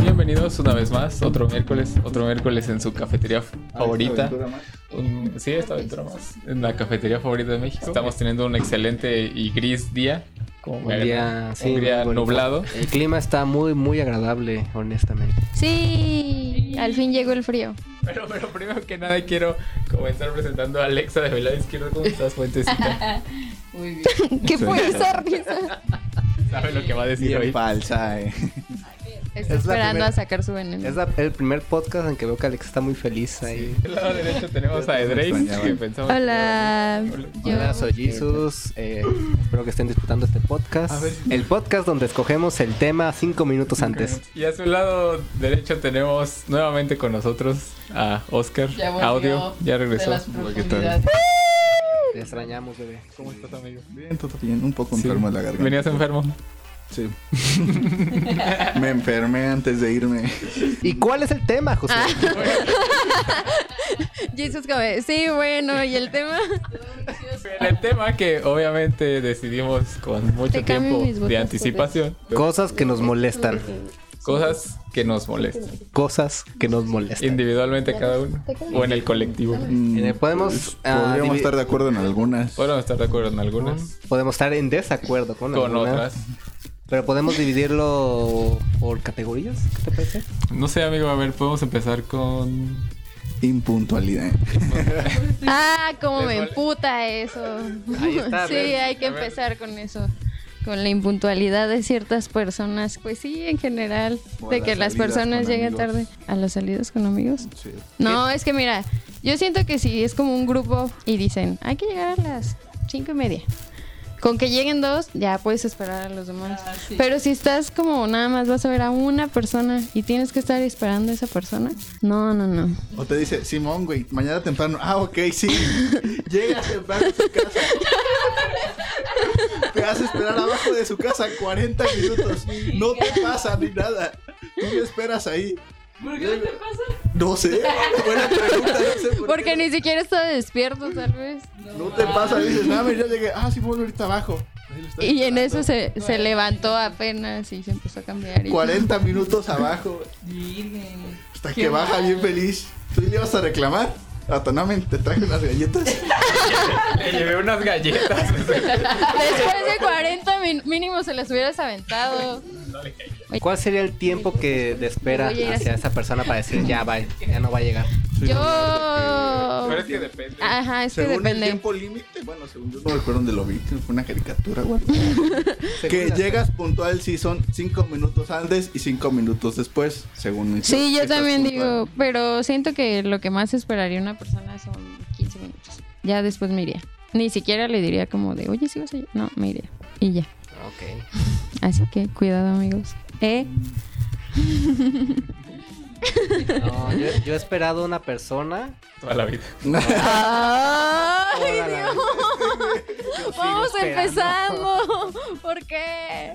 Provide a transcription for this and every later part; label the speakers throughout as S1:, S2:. S1: bienvenidos una vez más, otro miércoles, otro miércoles en su cafetería favorita.
S2: aventura más.
S1: Un- sí, esta aventura más, en la cafetería favorita de México. Estamos teniendo un excelente y gris día,
S3: Un
S1: Bueno,
S3: día, sí,
S1: un día
S3: muy bonito.
S1: nublado.
S3: El clima está muy, muy agradable, honestamente.
S4: Sí, al fin llegó el frío.
S1: Pero, pero primero que nada quiero comenzar presentando a Alexa de mi lado izquierdo. ¿Cómo estás, Fuentecita?
S5: Muy bien.
S4: ¿Qué fue esa risa?
S1: Sabe lo que va a decir
S2: Bien
S1: hoy.
S2: falsa, eh.
S4: Está
S3: Es la
S4: esperando
S3: primera-
S4: a sacar su veneno.
S3: Es la- el primer podcast en que veo que Alex está muy feliz ahí.
S1: Del lado derecho tenemos a
S2: Ya te
S1: Edreis,
S2: extrañaba.
S1: que pensamos...
S4: Hola. Yo-
S3: Hola, soy Jesus. eh, espero que estén disfrutando este podcast.
S1: A ver.
S3: El podcast donde escogemos el tema cinco minutos antes.
S1: Y a su lado derecho tenemos nuevamente con nosotros a Oscar
S5: Ya volvió
S1: Audio. Ya regresó.
S5: De las
S2: ¿qué tal?
S5: profundidades.
S3: Te extrañamos, bebé.
S1: ¿Cómo estás, amigo?
S2: Bien, todo bien. Un poco enfermo de la garganta.
S1: Venías enfermo.
S2: Sí. Me enfermé antes de irme.
S3: ¿Y cuál es el tema, José?
S4: Jesus como, de, sí, bueno, y el tema.
S1: El tema que obviamente decidimos con mucho
S4: Te cambio
S1: tiempo
S4: mis ¿eh? botas
S1: de
S4: por
S1: anticipación,
S3: Cosas que nos molestan.
S1: cosas que nos molestan
S3: Cosas que nos molestan.
S1: individualmente cada uno o en el colectivo.
S3: Eh,
S2: Mm,
S3: podemos, ah,
S2: Podríamos
S3: divi-
S2: estar de acuerdo en algunas.
S1: Podemos estar de acuerdo en algunas,
S3: Podemos estar en desacuerdo con,
S1: con
S3: alguna,
S1: otras.
S3: Pero podemos dividirlo por categorías, ¿qué te parece?
S1: No sé, amigo, a ver, podemos empezar con
S2: Impuntualidad.
S4: Ah, cómo
S1: Les
S4: me
S1: vale.
S4: emputa eso.
S3: Ahí está, a
S4: sí,
S3: ver,
S4: hay que
S1: a ver.
S4: empezar con eso. Con la impuntualidad de ciertas personas. Pues sí, en general.
S2: O
S4: de
S2: las
S4: que las
S2: salidas
S4: personas
S2: con
S4: lleguen
S2: amigos.
S4: tarde a las salidas con amigos.
S2: Sí.
S4: No, es que mira, yo siento que si es como un grupo y dicen, hay que llegar a las cinco y media. Con que lleguen dos, ya puedes esperar a los demás.
S5: Ah, sí.
S4: Pero si estás como nada más vas a ver a una persona y tienes que estar esperando a esa persona, no, no, no.
S2: O te dice, Simón, güey, mañana temprano. Ah, ok, sí. Llega temprano a su casa. Te hace esperar abajo de su casa 40 minutos. No te pasa ni nada. Tú me esperas ahí.
S5: ¿Por qué no te pasa?
S2: No sé. Buena pregunta, no sé por
S4: Porque
S2: qué.
S4: ni siquiera estaba despierto, tal vez.
S2: No te pasa, dices, nada, yo llegué, ah, sí, bueno, ahorita abajo. Ahí lo estoy
S4: Y en
S2: esperando.
S4: eso se, se levantó apenas y se empezó a cambiar. y-
S2: 40 minutos abajo,
S5: Virgen.
S2: hasta
S5: Qué
S2: que baja
S5: mal.
S2: bien feliz. ¿Tú le ibas a reclamar? Hasta no, men, te traje unas galletas.
S1: Le llevé unas galletas.
S4: Después de 40 min- mínimo se las hubieras aventado.
S3: ¿Cuál sería el tiempo que de espera
S4: Oye, ya
S3: hacia
S4: sí.
S3: esa persona para decir ya va, ya no va a llegar?
S4: Yo...
S1: Pero es que depende.
S4: Ajá, es que
S2: según el
S4: depende.
S2: tiempo límite, bueno, según yo no recuerdo dónde lo vi, creo que fue una caricatura, güey. que
S3: Según la-
S2: llegas puntual si son 5 minutos antes y 5 minutos después, según mi
S4: Sí, yo
S2: estás
S4: también
S2: puntual.
S4: digo, pero siento que lo que más esperaría una persona son 15 minutos. Ya después me iría. Ni siquiera le diría como de, oye, si vas a... ir?". No, me iría. Y ya.
S3: Ok.
S4: Así que cuidado, amigos. ¿Eh?
S3: No, yo, yo he esperado a una persona.
S1: Toda la vida.
S4: ah, ¡Ay,
S3: Toda la vida.
S4: Dios! Vamos
S3: esperando.
S4: empezando. ¿Por qué?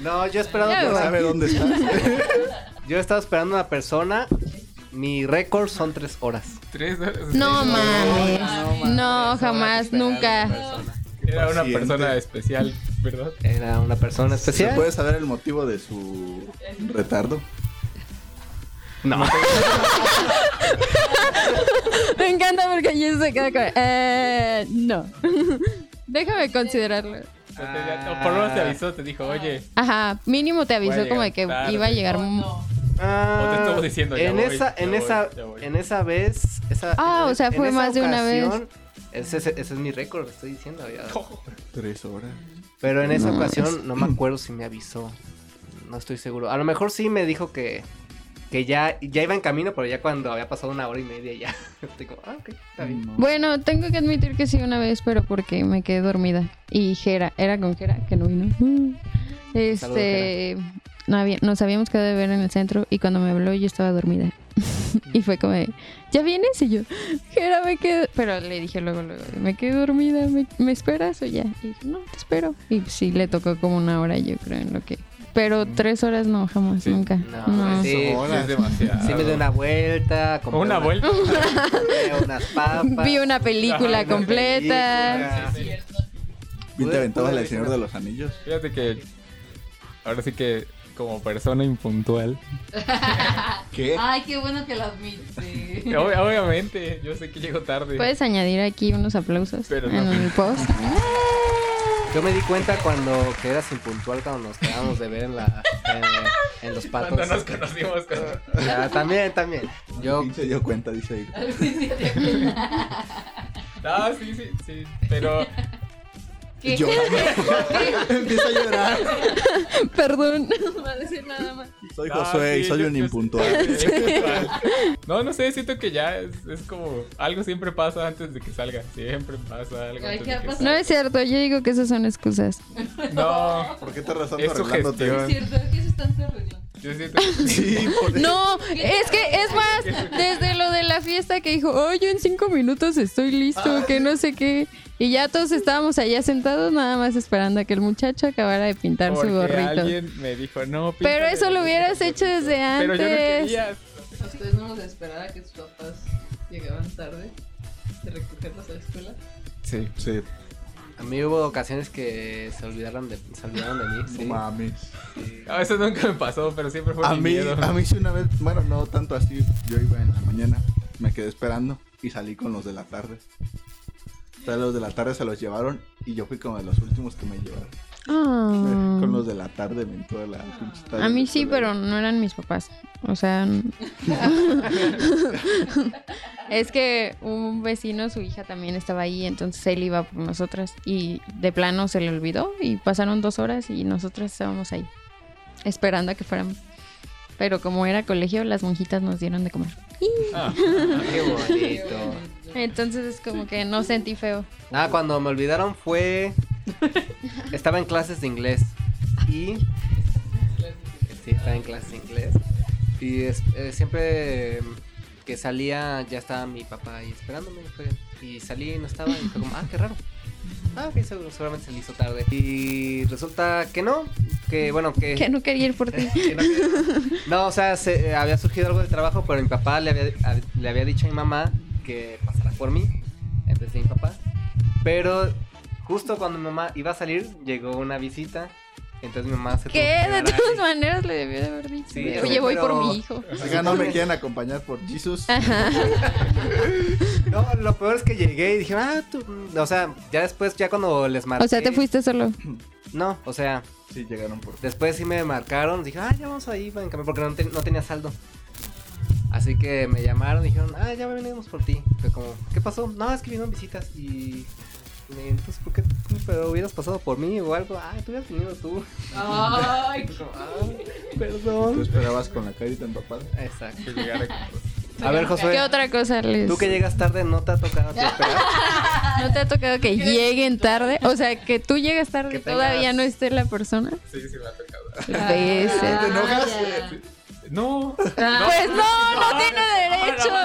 S3: No, yo he esperado.
S4: Ya me
S2: No
S4: voy.
S2: sabe dónde estás.
S3: Yo he estado esperando a una persona. Mi récord son tres horas.
S1: Tres horas.
S4: No
S1: Tres
S4: mames.
S1: horas.
S4: No,
S3: Tres horas
S4: jamás,
S3: esperando a una
S4: nunca.
S3: persona.
S1: Era una
S2: Paciente.
S1: persona especial, ¿verdad?
S3: Era una persona
S4: ¿Pues
S2: ¿Se
S3: especial.
S2: puede saber el motivo de su retardo?
S3: No.
S4: Me encanta porque yo se queda con... Eh, no. Déjame considerarlo.
S1: O sea, te- ya- o por lo menos
S3: Ah.
S1: te avisó, te dijo, oye,
S4: Ajá, mínimo te
S1: Voy a
S4: avisó como de que
S1: llegar tarde.
S4: iba a llegar.
S5: Oh,
S4: mu-
S5: no.
S3: Ah,
S1: O te estamos diciendo, ya
S3: en
S1: voy,
S3: esa,
S1: ya
S3: en
S1: voy,
S3: esa,
S1: ya voy.
S3: en esa vez. Esa,
S4: Ah,
S3: en-
S4: o sea,
S3: en
S4: fue
S3: esa
S4: más de una vez.
S3: ocasión, Ese, ese- ese es mi récord, te estoy diciendo. ya.
S2: 3 horas.
S3: Pero en esa
S4: No,
S3: ocasión no me acuerdo si me avisó. No estoy seguro. A lo mejor sí me dijo que, que ya, ya iba en camino, pero ya cuando había pasado una hora y media ya. Estoy como, ah, ok, está bien.
S2: No.
S4: Bueno, tengo que admitir que sí una vez, pero porque me quedé dormida. Y Jera, era con Jera, que no vino. Mm. Este, no había- nos habíamos quedado de ver en el centro y cuando me habló yo estaba dormida. y fue como, de, ¿ya vienes? Y yo, Jera, me quedo. Pero le dije luego, luego, me quedé dormida, ¿me, me esperas o ya? Y dijo, no, te espero. Y sí, le tocó como una hora, yo creo, en lo que... Pero tres horas no, jamás,
S1: Sí.
S4: nunca.
S3: No,
S4: No.
S3: Sí,
S1: Sí,
S2: horas.
S1: es demasiado.
S3: Sí me dio una vuelta. compré
S1: Una vuelta.
S3: compré unas papas.
S4: Vi una película
S1: Ajá, una
S4: completa.
S3: película.
S1: Sí, sí.
S2: ¿Bien te aventabas la del Señor de los Anillos?
S1: Fíjate que ahora sí que como persona impuntual.
S2: ¿Qué?
S5: Ay, qué bueno que lo admite.
S1: Ob- obviamente, yo sé que llego tarde.
S4: Puedes añadir aquí unos aplausos
S1: Pero
S4: en
S1: no.
S4: el post.
S3: Yo me di cuenta cuando que eras impuntual cuando nos quedábamos de ver en la en, en los patos.
S2: pues,
S1: Cuando nos conocimos con...
S3: Ah, también, también. Yo
S2: Yo... Se dio cuenta, dice ahí.
S5: Algún día te acuerdas.
S1: Ah, sí, sí, sí. Pero
S5: ¿Qué?
S2: Llorando. Empieza a llorar.
S4: Perdón, no va a decir nada más.
S2: Soy
S1: Ah,
S2: Josué y
S1: sí,
S2: soy
S1: yo-
S2: un
S1: yo-
S2: impuntual.
S1: Sí, impuntual. No, no sé, siento que ya es, es como algo siempre pasa antes de que salga. Siempre pasa algo
S5: Ay,
S1: antes
S5: ¿qué
S1: de
S5: ha
S1: que
S5: pasado?
S4: No
S1: salga.
S4: es cierto, yo digo que esas son excusas.
S1: No,
S2: ¿Por qué te razón
S1: Es su
S5: Es
S1: gestión.
S2: arreglándote?
S5: cierto, es que eso está en tu arreglo.
S1: yo siento que
S2: Sí, por
S4: No, es que es más, desde lo de la fiesta que dijo, oh, yo en cinco minutos estoy
S1: Ah.
S4: listo, que no sé qué. Y ya todos estábamos allá sentados nada más esperando a que el muchacho acabara de pintar
S1: porque
S4: su gorrito.
S1: alguien me dijo, no,
S4: Pero
S1: píntale
S4: eso
S1: los
S4: lo hubieras
S1: gorritos".
S4: hecho desde
S1: Pero yo no
S4: antes.
S1: quería.
S5: ¿Ustedes no los esperaban a que sus papás llegaban tarde de recogerlos a la escuela?
S1: Sí.
S2: Sí,
S3: a mí hubo ocasiones que se olvidaron de se olvidaron de mí, sí.
S2: no mames.
S1: No, eso nunca me pasó, pero siempre fue
S2: A
S1: mi
S2: mí,
S1: miedo.
S2: a mí sí una vez, bueno, no tanto así, yo iba en la mañana, me quedé esperando y salí con los de la tarde. O sea, los de la tarde se los llevaron y yo fui como de los últimos que me llevaron.
S4: Ah.
S2: Con los de la tarde me entró la pinche tarde.
S4: A mí sí, pero no eran mis papás. O sea, n- es que un vecino, su hija también estaba ahí, entonces él iba por nosotras y de plano se le olvidó y pasaron dos horas y nosotras estábamos ahí, esperando a que fueran. Pero como era colegio, las monjitas nos dieron de comer.
S1: Ah,
S3: Qué
S5: Qué
S3: bonito.
S5: bonito.
S4: Entonces es como que no sentí feo.
S3: Nada, cuando me olvidaron fue estaba en clases de inglés y sí, estaba en clases de inglés y es- eh, siempre eh, que salía ya estaba mi papá ahí esperándome fue- y salí y no estaba y fue como, ah, qué raro. Ah, que seguro- seguramente se le hizo tarde. Y resulta que no, que bueno, que
S4: Que no quería ir por ti.
S3: que no, que- no, o sea, se- eh, había surgido algo de trabajo, pero mi papá le había, a- le había dicho a mi mamá que pasara por mí, empecé mi papá. Pero justo cuando mi mamá iba a salir, llegó una visita, entonces mi mamá se tuvo
S4: Que
S3: que
S4: de
S3: quedar
S4: todas
S3: ahí.
S4: maneras le debió de haber dicho.
S3: Sí,
S4: Oye,
S3: o sea,
S4: voy por
S3: pero-
S4: mi hijo.
S2: Oiga, no me quieren acompañar por Jesus.
S3: No, lo peor es que llegué y dije, ah, tú... O sea, ya después, ya cuando les marqué...
S4: O sea, te fuiste solo.
S3: No, o sea,
S2: Sí, llegaron por.
S3: Después sí me marcaron, dije, ah, ya vamos ahí, va en camión, porque no, ten- no tenía saldo. Así que me llamaron, dijeron, ah, ya venimos por ti. Fue como, ¿qué pasó? No, es que vinieron visitas y... y Entonces, ¿por qué tú, pero hubieras pasado por mí o algo? Ah, tú hubieras venido tú. Fue
S5: Ay, qué-
S3: como, "Ah,
S2: Tú
S3: perdón.
S2: esperabas con la carita empapada.
S3: Exacto.
S1: que llegara-
S3: A ver, Josué,
S4: Pues, ¿Qué otra cosa les.?
S3: tú que llegas tarde, ¿no te ha tocado a ti esperar?
S4: ¿No te ha tocado que lleguen tarde? O sea, que tú llegas tarde
S3: Que
S4: y todavía
S3: tengas-
S4: no esté la persona.
S1: Sí, sí me ha tocado.
S4: Ves, eh.
S5: Ah,
S2: enojas?
S5: ya.
S1: No.
S4: Pues no, no, tiene
S1: Ahora,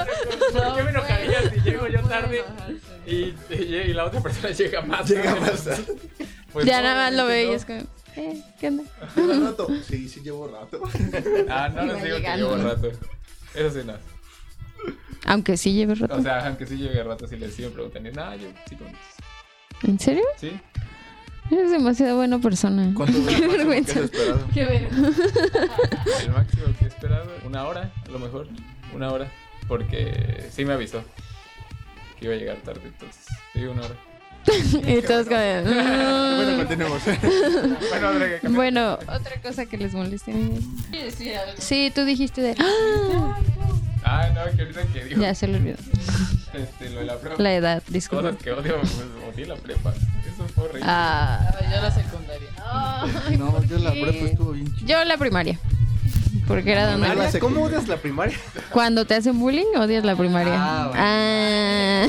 S4: derecho.
S1: ¿Por qué me enojaría si llego yo
S5: No puede
S1: tarde
S5: enojarse.
S1: y, y- y la otra persona llega más?
S2: Llega
S1: tarde?
S2: más tarde.
S1: Pues
S4: ya
S1: no,
S4: nada más lo veo y es
S1: obviamente
S4: como, eh, ¿qué onda?
S2: ¿Lleva rato? Sí, sí, llevo rato.
S1: no. Ah, no
S4: Y
S1: les
S4: va
S1: digo que
S4: llegando.
S1: llevo rato. Eso sí, no.
S4: Aunque sí lleve rato.
S1: O sea, aunque sí llegue rato, si les siguen preguntando, nada, yo sí con
S4: ¿En serio?
S1: Sí.
S4: Eres demasiado buena persona.
S2: ¿Cuánto fue lo máximo que
S4: vergüenza.
S2: has esperado?
S5: Qué vergüenza.
S1: El máximo que he esperado, una hora, a lo mejor. Una hora. Porque sí me avisó que iba a llegar tarde, entonces. Sí, una hora.
S4: y todos como,
S2: Bueno,
S4: mm.
S2: continuemos.
S1: Bueno, habrá que cambiar.
S4: Bueno, otra cosa que les moleste.
S5: Quiere decir algo.
S4: Sí, tú dijiste de. ¡Ah!
S1: Ah, no, que ahorita que digo
S4: Ya se le olvidó.
S1: este, lo de la prueba.
S4: La edad, disculpa.
S1: Cosas que odio, pues odié la prepa. Eso fue horrible.
S4: Ah.
S5: Ah, yo la secundaria.
S4: Ay,
S2: No,
S4: ¿por
S2: yo la
S4: qué?
S2: prepa estuvo bien chida.
S4: Yo la primaria. Porque era donde.
S2: la
S3: Ala, ¿Cómo
S2: secundaria.
S3: odias la primaria?
S4: Cuando te hacen bullying, odias la primaria.
S3: Ah, bueno.
S4: Ah.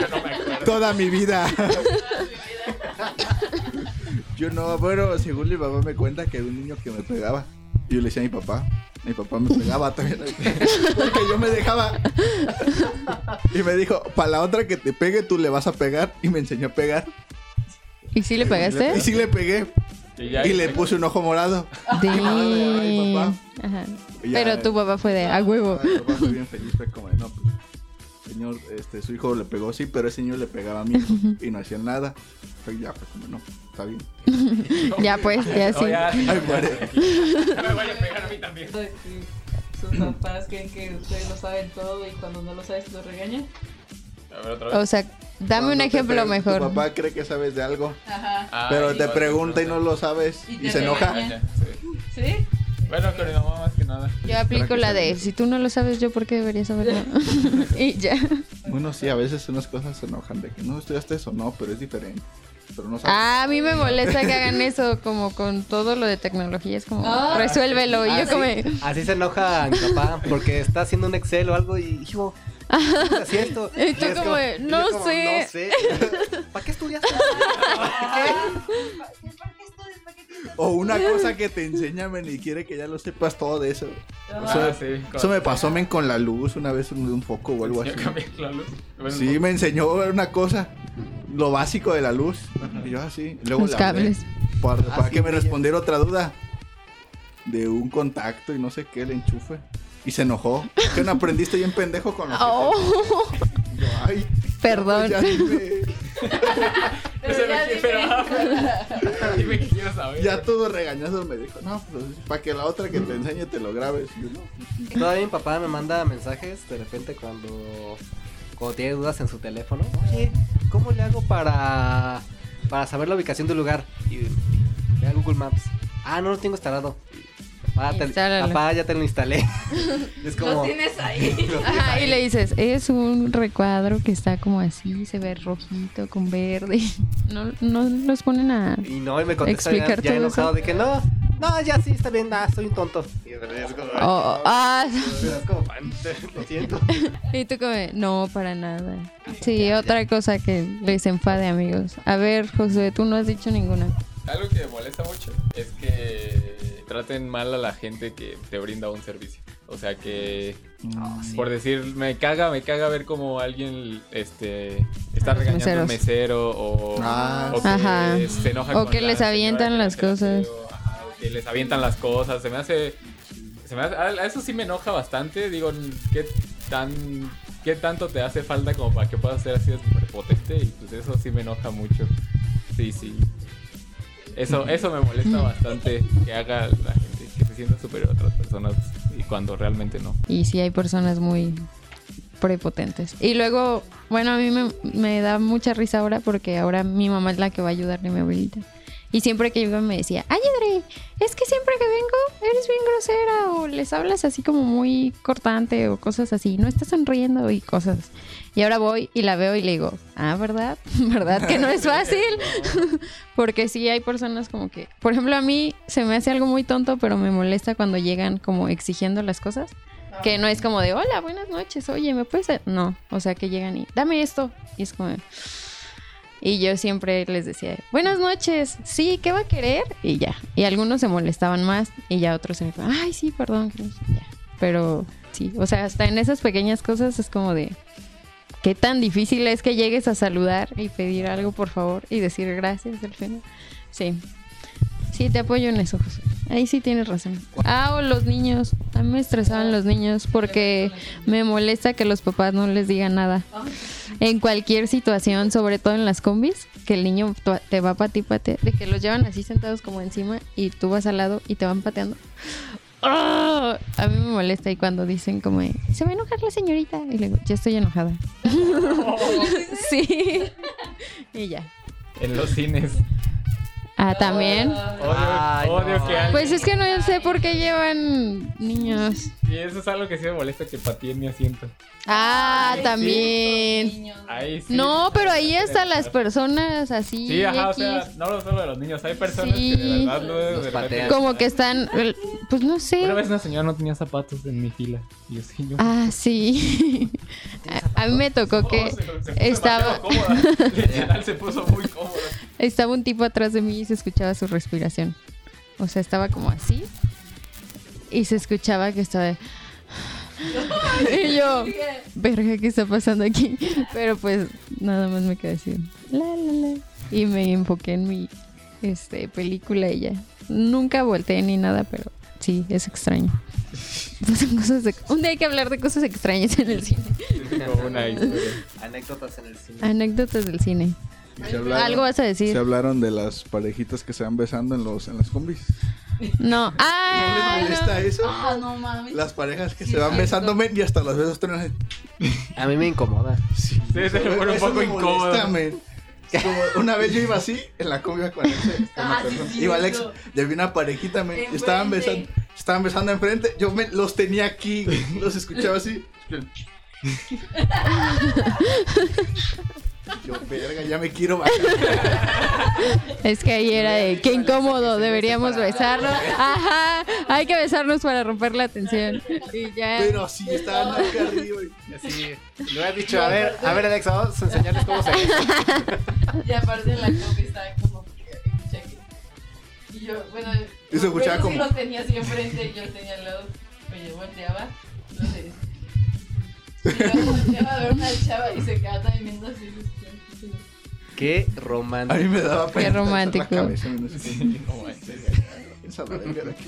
S1: Yo no me acuerdo.
S2: Toda mi vida. Yo no, bueno, según mi papá me cuenta que era un niño que me pegaba. Y yo le decía a mi papá, mi papá me pegaba también. Porque yo me dejaba. Y me dijo, para la otra que te pegue, tú le vas a pegar. Y me enseñó a pegar.
S4: ¿Y si le
S2: Y
S4: pagaste?
S2: sí le pegué.
S1: Y, ya-
S2: Y le puse un ojo morado. Ay, papá.
S4: Ajá.
S2: Y ya,
S4: Pero tu papá fue de a
S2: Ah, Mi
S4: huevo.
S2: papá fue bien feliz, fue como de, no, pues, señor, este, su hijo le pegó, sí, pero ese niño le pegaba a mí y no hacían nada. Pues ya, pues como no, está bien.
S4: Ya pues, ya sí.
S1: No, ya, sí,
S2: Ay,
S1: ya,
S2: muere.
S1: tranquilo. No me vaya a pegar a mí también.
S5: de que Sus
S2: Mm.
S5: papás creen que ustedes lo saben todo y cuando no lo sabes lo regañan.
S1: A ver, otra vez.
S4: O sea, dame un
S2: Cuando te
S4: ejemplo
S2: pre-
S4: mejor.
S2: Tu papá cree que sabes de algo,
S5: Ajá.
S1: Ah,
S2: pero
S1: sí,
S2: te
S1: otra
S2: pregunta y
S1: cosa.
S2: no lo sabes
S5: Y
S2: y
S5: te
S2: se enoja.
S5: regaña.
S1: Ah, ya, sí.
S5: ¿Sí?
S1: Bueno, con mi mamá más que nada.
S4: Yo aplico
S2: que
S4: la de,
S2: sabes.
S4: si tú no lo sabes, yo por qué debería saberlo. y ya.
S2: Bueno, sí, a veces unas cosas se enojan de que no estudiaste eso, no, pero es diferente. Pero no sabes.
S4: Ah, a mí me molesta que hagan eso, como con todo lo de tecnología. Es como,
S5: Ah.
S4: resuélvelo. Y yo
S3: así,
S4: como, "Ah".
S3: así se enoja mi papá porque está haciendo un Excel o algo y hijo, así esto.
S4: Y tú
S3: es
S4: como,
S3: y yo
S4: "No
S3: como,
S4: sé".
S3: No sé. ¿Para qué estudiaste?
S2: O una cosa que te enseñan y quiere que ya lo sepas todo de eso.
S1: Ah,
S2: sea,
S1: sí, con-
S2: Eso me pasó men con la luz una vez un, un foco o algo
S1: Sí,
S2: así.
S1: cambié la luz. Bueno,
S2: Sí, me enseñó una cosa, lo básico de la luz. Y yo así. Luego
S4: Los
S2: le hablé
S4: cables.
S2: Para,
S3: Ah,
S2: para
S3: sí,
S2: que me
S3: ella.
S2: respondiera otra duda de un contacto y no sé qué, el enchufe. Y se enojó. Que no aprendiste bien pendejo con los.
S4: oh,
S2: Yo, ay,
S4: perdón.
S2: ya dime.
S1: Eso es lo que
S5: ah.
S1: esperaba. Dime que quiero saber.
S2: Ya todo regañazo me dijo, no, pues para que la otra que te enseñe te lo grabes. Y yo, no, pues,
S3: Todavía mi papá me manda mensajes de repente cuando, cuando tiene dudas en su teléfono. Oye, ¿cómo le hago para, para saber la ubicación del lugar? Y le hago Google Maps. Ah, no lo tengo instalado. Papá, te-
S4: Instálalo.
S3: papá, ya te lo instalé. Y es como...
S5: Lo tienes ahí.
S4: Ajá, y le dices, es un recuadro que está como así, se ve rojito con verde. No, no los ponen a...
S3: Y no, y me contesta ya,
S4: Explicar
S3: ya
S4: todo
S3: enojado
S4: eso.
S3: de que no, no, ya sí, está bien, ah, soy un tonto. Y es como,
S4: Oh, ah,
S3: es como, "Pan, lo siento.
S4: y tú como, no, para nada. Sí, otra cosa que les enfade, amigos. A ver, José, tú no has dicho ninguna.
S1: Algo que me molesta mucho es que traten mal a la gente que te brinda un servicio. O sea que por decir me caga, me caga ver como alguien este está
S4: A Ah, los
S1: regañando a un
S4: meseros.
S1: mesero o,
S2: Ah,
S1: o que
S4: Ajá.
S1: se enoja
S4: O
S1: con
S4: que
S1: la
S4: les
S1: señora
S4: avientan
S1: que
S4: las
S1: hace el
S4: cosas.
S1: aseo, ajá, o que les avientan las cosas, se me hace se me hace- a a eso sí me enoja bastante, digo, qué tan qué tanto te hace falta como para que puedas ser así de superpotente y pues eso sí me enoja mucho. Sí, sí. Eso, eso me molesta bastante que haga la gente que se sienta superior a otras personas y cuando realmente no.
S4: Y sí hay personas muy prepotentes. Y luego, bueno, a mí me, me da mucha risa ahora porque ahora mi mamá es la que va a ayudar a mi abuelita. Y siempre que iba me decía, ay Adri, es que siempre que vengo eres bien grosera o les hablas así como muy cortante o cosas así, no estás sonriendo y cosas. Y ahora voy y la veo y le digo, ah, ¿verdad? ¿Verdad que no es fácil? Porque sí hay personas como que, por ejemplo, a mí se me hace algo muy tonto, pero me molesta cuando llegan como exigiendo las cosas. Que no es como de, hola, buenas noches, oye, ¿me puedes...? a-?" No, o sea, que llegan y, dame esto. Y es como... Y yo siempre les decía, buenas noches, sí, ¿qué va a querer? Y ya. Y algunos se molestaban más y ya otros se me fueron, ay, sí, perdón. que no sé qué". Ya. Pero sí, o sea, hasta en esas pequeñas cosas es como de, ¿qué tan difícil es que llegues a saludar y pedir algo, por favor, y decir gracias al final? Sí. Sí, te apoyo en eso, José. Ahí sí tienes razón. Ah, o los niños. A mí me estresaban los niños porque me molesta que los papás no les digan nada. En cualquier situación, sobre todo en las combis, que el niño tu- te va pati patear, de que los llevan así sentados como encima y tú vas al lado y te van pateando. ¡Ah! A mí me molesta y cuando dicen como, eh, se va a enojar la señorita. Y le digo, yo estoy enojada. sí. Y ya.
S1: En los cines.
S4: Ah, también.
S1: Odio,
S3: Ay,
S1: odio
S3: no.
S1: que alguien.
S4: Pues es que no sé por qué llevan niños.
S1: Y eso es algo que sí me molesta que pateen mi asiento.
S4: Ah,
S5: Ay,
S4: también.
S5: Niños.
S2: Ah,
S1: Ahí sí.
S4: No, pero ahí hasta las personas así.
S1: Sí, ajá, o
S4: X.
S1: sea, no hablo solo de los niños, hay personas que de
S4: Sí.
S1: verdad luego de
S3: Los
S1: repente-
S3: patean.
S4: Como que están, pues no
S1: Una
S4: sé.
S1: vez una señora no tenía zapatos en mi fila. Y yo sí, yo.
S4: Ah, sí. A, a mí me tocó
S1: No,
S4: que
S1: Oh, se- se puso
S4: estaba,
S1: demasiado cómoda. Literal se puso muy cómoda.
S4: estaba un tipo atrás de mí y se escuchaba su respiración. O sea, estaba como así. Y se escuchaba que estaba... Y yo...
S5: Sigue.
S4: verga, ¿qué está pasando aquí? Pero pues nada más me quedé así. La, la, la. Y me enfoqué en mi este, película y ya. Nunca volteé ni nada, pero sí, es extraño. Pasan cosas de- Un día hay que hablar de cosas extrañas en el cine.
S1: Como una historia.
S3: Anécdotas en el cine.
S4: Anécdotas del cine.
S2: Se hablaron,
S4: Algo vas
S2: se
S4: a decir.
S2: hablaron de las parejitas que se van besando en los en las combis.
S4: No.
S2: ¿No
S4: Ah,
S2: les molesta eso?
S5: Ah, no mames.
S2: Las parejas que
S5: Sí,
S2: se van
S5: cierto.
S2: besando men, y hasta las besos terminan así.
S4: Ah.
S3: A mí me incomoda.
S1: Sí, se me pone un
S2: Eso
S1: poco
S2: me molesta,
S1: incómodo.
S2: men. Es como, una vez yo iba así, en la combi iba con Alex. eh, con la
S5: Ah, sí,
S2: persona.
S5: sí,
S2: iba Alex,
S5: eso.
S2: y había una parejita, men.
S5: Enfrente.
S2: Estaban besando, estaban besando enfrente. Yo men, los tenía aquí, güey, los escuchaba así. Yo, verga, ya me quiero bajar.
S4: Es que ahí era de qué incómodo, deberíamos besarnos. Ajá, hay que besarnos para romper la tensión. Y ya.
S2: Pero sí, estaban acá arriba. y-
S3: Así, lo he dicho, a ver, a ver Alexa, vamos a enseñarles cómo se besa.
S5: Y aparte la combi estaba como escucha aquí. Y yo, bueno,
S2: Y se escuchaba
S5: yo
S2: como-
S5: lo tenía así enfrente, yo lo tenía al lado, me volteaba, no sé. Y yo volteaba a ver una chava y se quedaba también viendo así. así,
S3: Qué
S2: A mí
S3: romántico.
S2: me daba pena. alzar
S4: romántico.
S2: La cabeza, men, así.
S1: No manches.
S2: Esa verga de aquí.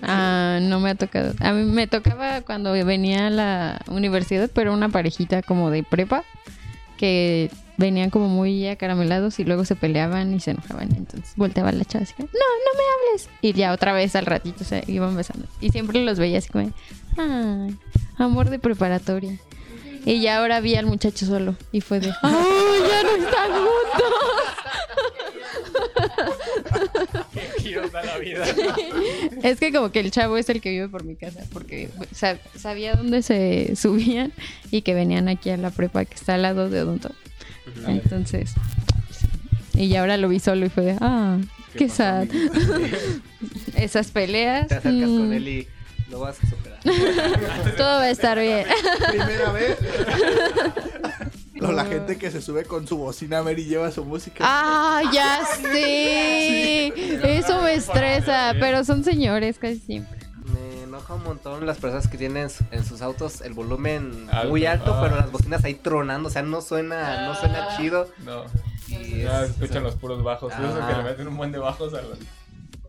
S4: Ah, no me ha tocado. A mí me tocaba cuando venía a la universidad, pero una parejita como de prepa que venían como muy acaramelados y luego se peleaban y se enojaban. Entonces volteaba la chava así, como, no, no me hables. Y ya otra vez al ratito se iban besando. Y siempre los veía así como, ay, amor de preparatoria. Y ya ahora vi al muchacho solo y fue de, ¡ay, ya no están juntos!
S1: Giros da la vida.
S4: Es que como que el chavo es el que vive por mi casa, porque pues, sa- sabía dónde se subían y que venían aquí a la prepa que está al lado de Odonto. Entonces, y ya ahora lo vi solo y fue de, ah, qué,
S1: ¿Qué pasó,
S4: sad. Esas peleas.
S3: Te acercas
S4: mm,
S3: con él y lo vas a superar.
S4: Todo va a estar bien.
S2: Primera vez. O la gente que se sube con su bocina a ver y lleva su música.
S4: Ah, ya sí. Eso me estresa, pero son señores casi siempre.
S3: Me enoja un montón las personas que tienen su- en sus autos el volumen
S1: Alto.
S3: muy alto,
S1: Ah.
S3: pero las bocinas ahí tronando, o sea, no suena, no suena
S5: Ah.
S3: chido.
S1: No.
S3: Y
S1: Ya
S3: es-
S1: escuchan los puros bajos. Por eso que
S3: Ah.
S1: le meten un buen de bajos a los-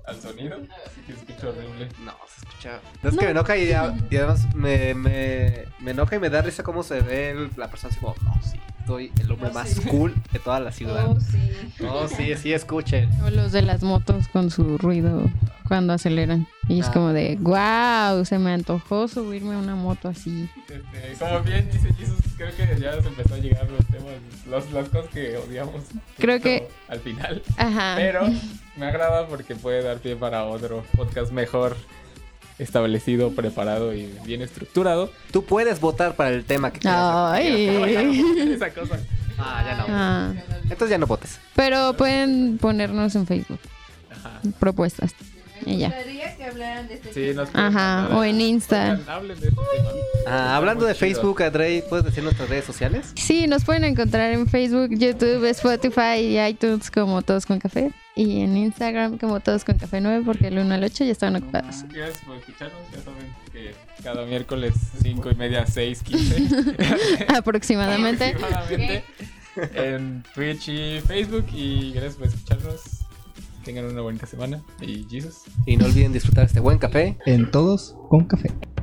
S1: al sonido. Así que escucha horrible.
S3: No, se escucha. No, Es que me enoja y, a- y además me, me, me enoja y me da risa cómo se ve el- la persona así como, no, sí, soy el hombre
S5: No,
S3: más
S5: sí".
S3: cool de toda la
S5: así.
S3: ciudad.
S5: Oh, sí.
S3: No, sí, sí, escuchen.
S4: O los de las motos con su ruido cuando aceleran. Y es
S3: Ah.
S4: como de, wow, se me antojó subirme a una moto así.
S1: Este, como bien dice Jesus, creo que ya nos empezó a llegar los temas, los- las cosas que odiamos.
S4: Creo que- Ah.
S1: Al final.
S4: Ajá.
S1: Pero me agrada porque puede dar pie para otro podcast mejor establecido, preparado y bien estructurado.
S3: Tú puedes votar para el tema que quieras.
S4: Ay.
S1: Esa cosa.
S3: Ah, ya no.
S4: Ah.
S3: Entonces ya no votes.
S4: Pero pueden ponernos en Facebook
S1: Ajá.
S4: propuestas.
S5: Me
S4: Y ya.
S5: gustaría que hablaran de este
S1: Sí,
S5: tema.
S1: nos
S4: Ajá, o en Insta.
S1: Oigan, hablen de este tema.
S3: Ah, hablando
S1: muy
S3: de
S1: chido.
S3: Facebook, Andrei, ¿puedes decir nuestras redes sociales?
S4: Sí, nos pueden encontrar en Facebook, YouTube, Spotify y iTunes como Todos con Café. Y en Instagram como Todos con Café 9 porque el 1 al 8 ya están ocupados.
S1: Gracias por escucharnos. Ya saben que cada miércoles 5 y media, 6, 15
S4: Aproximadamente.
S1: aproximadamente en Twitch y Facebook. Y gracias por escucharnos. Tengan una bonita semana. Y Jesus.
S3: Y no olviden disfrutar este buen café.
S6: En todos con café.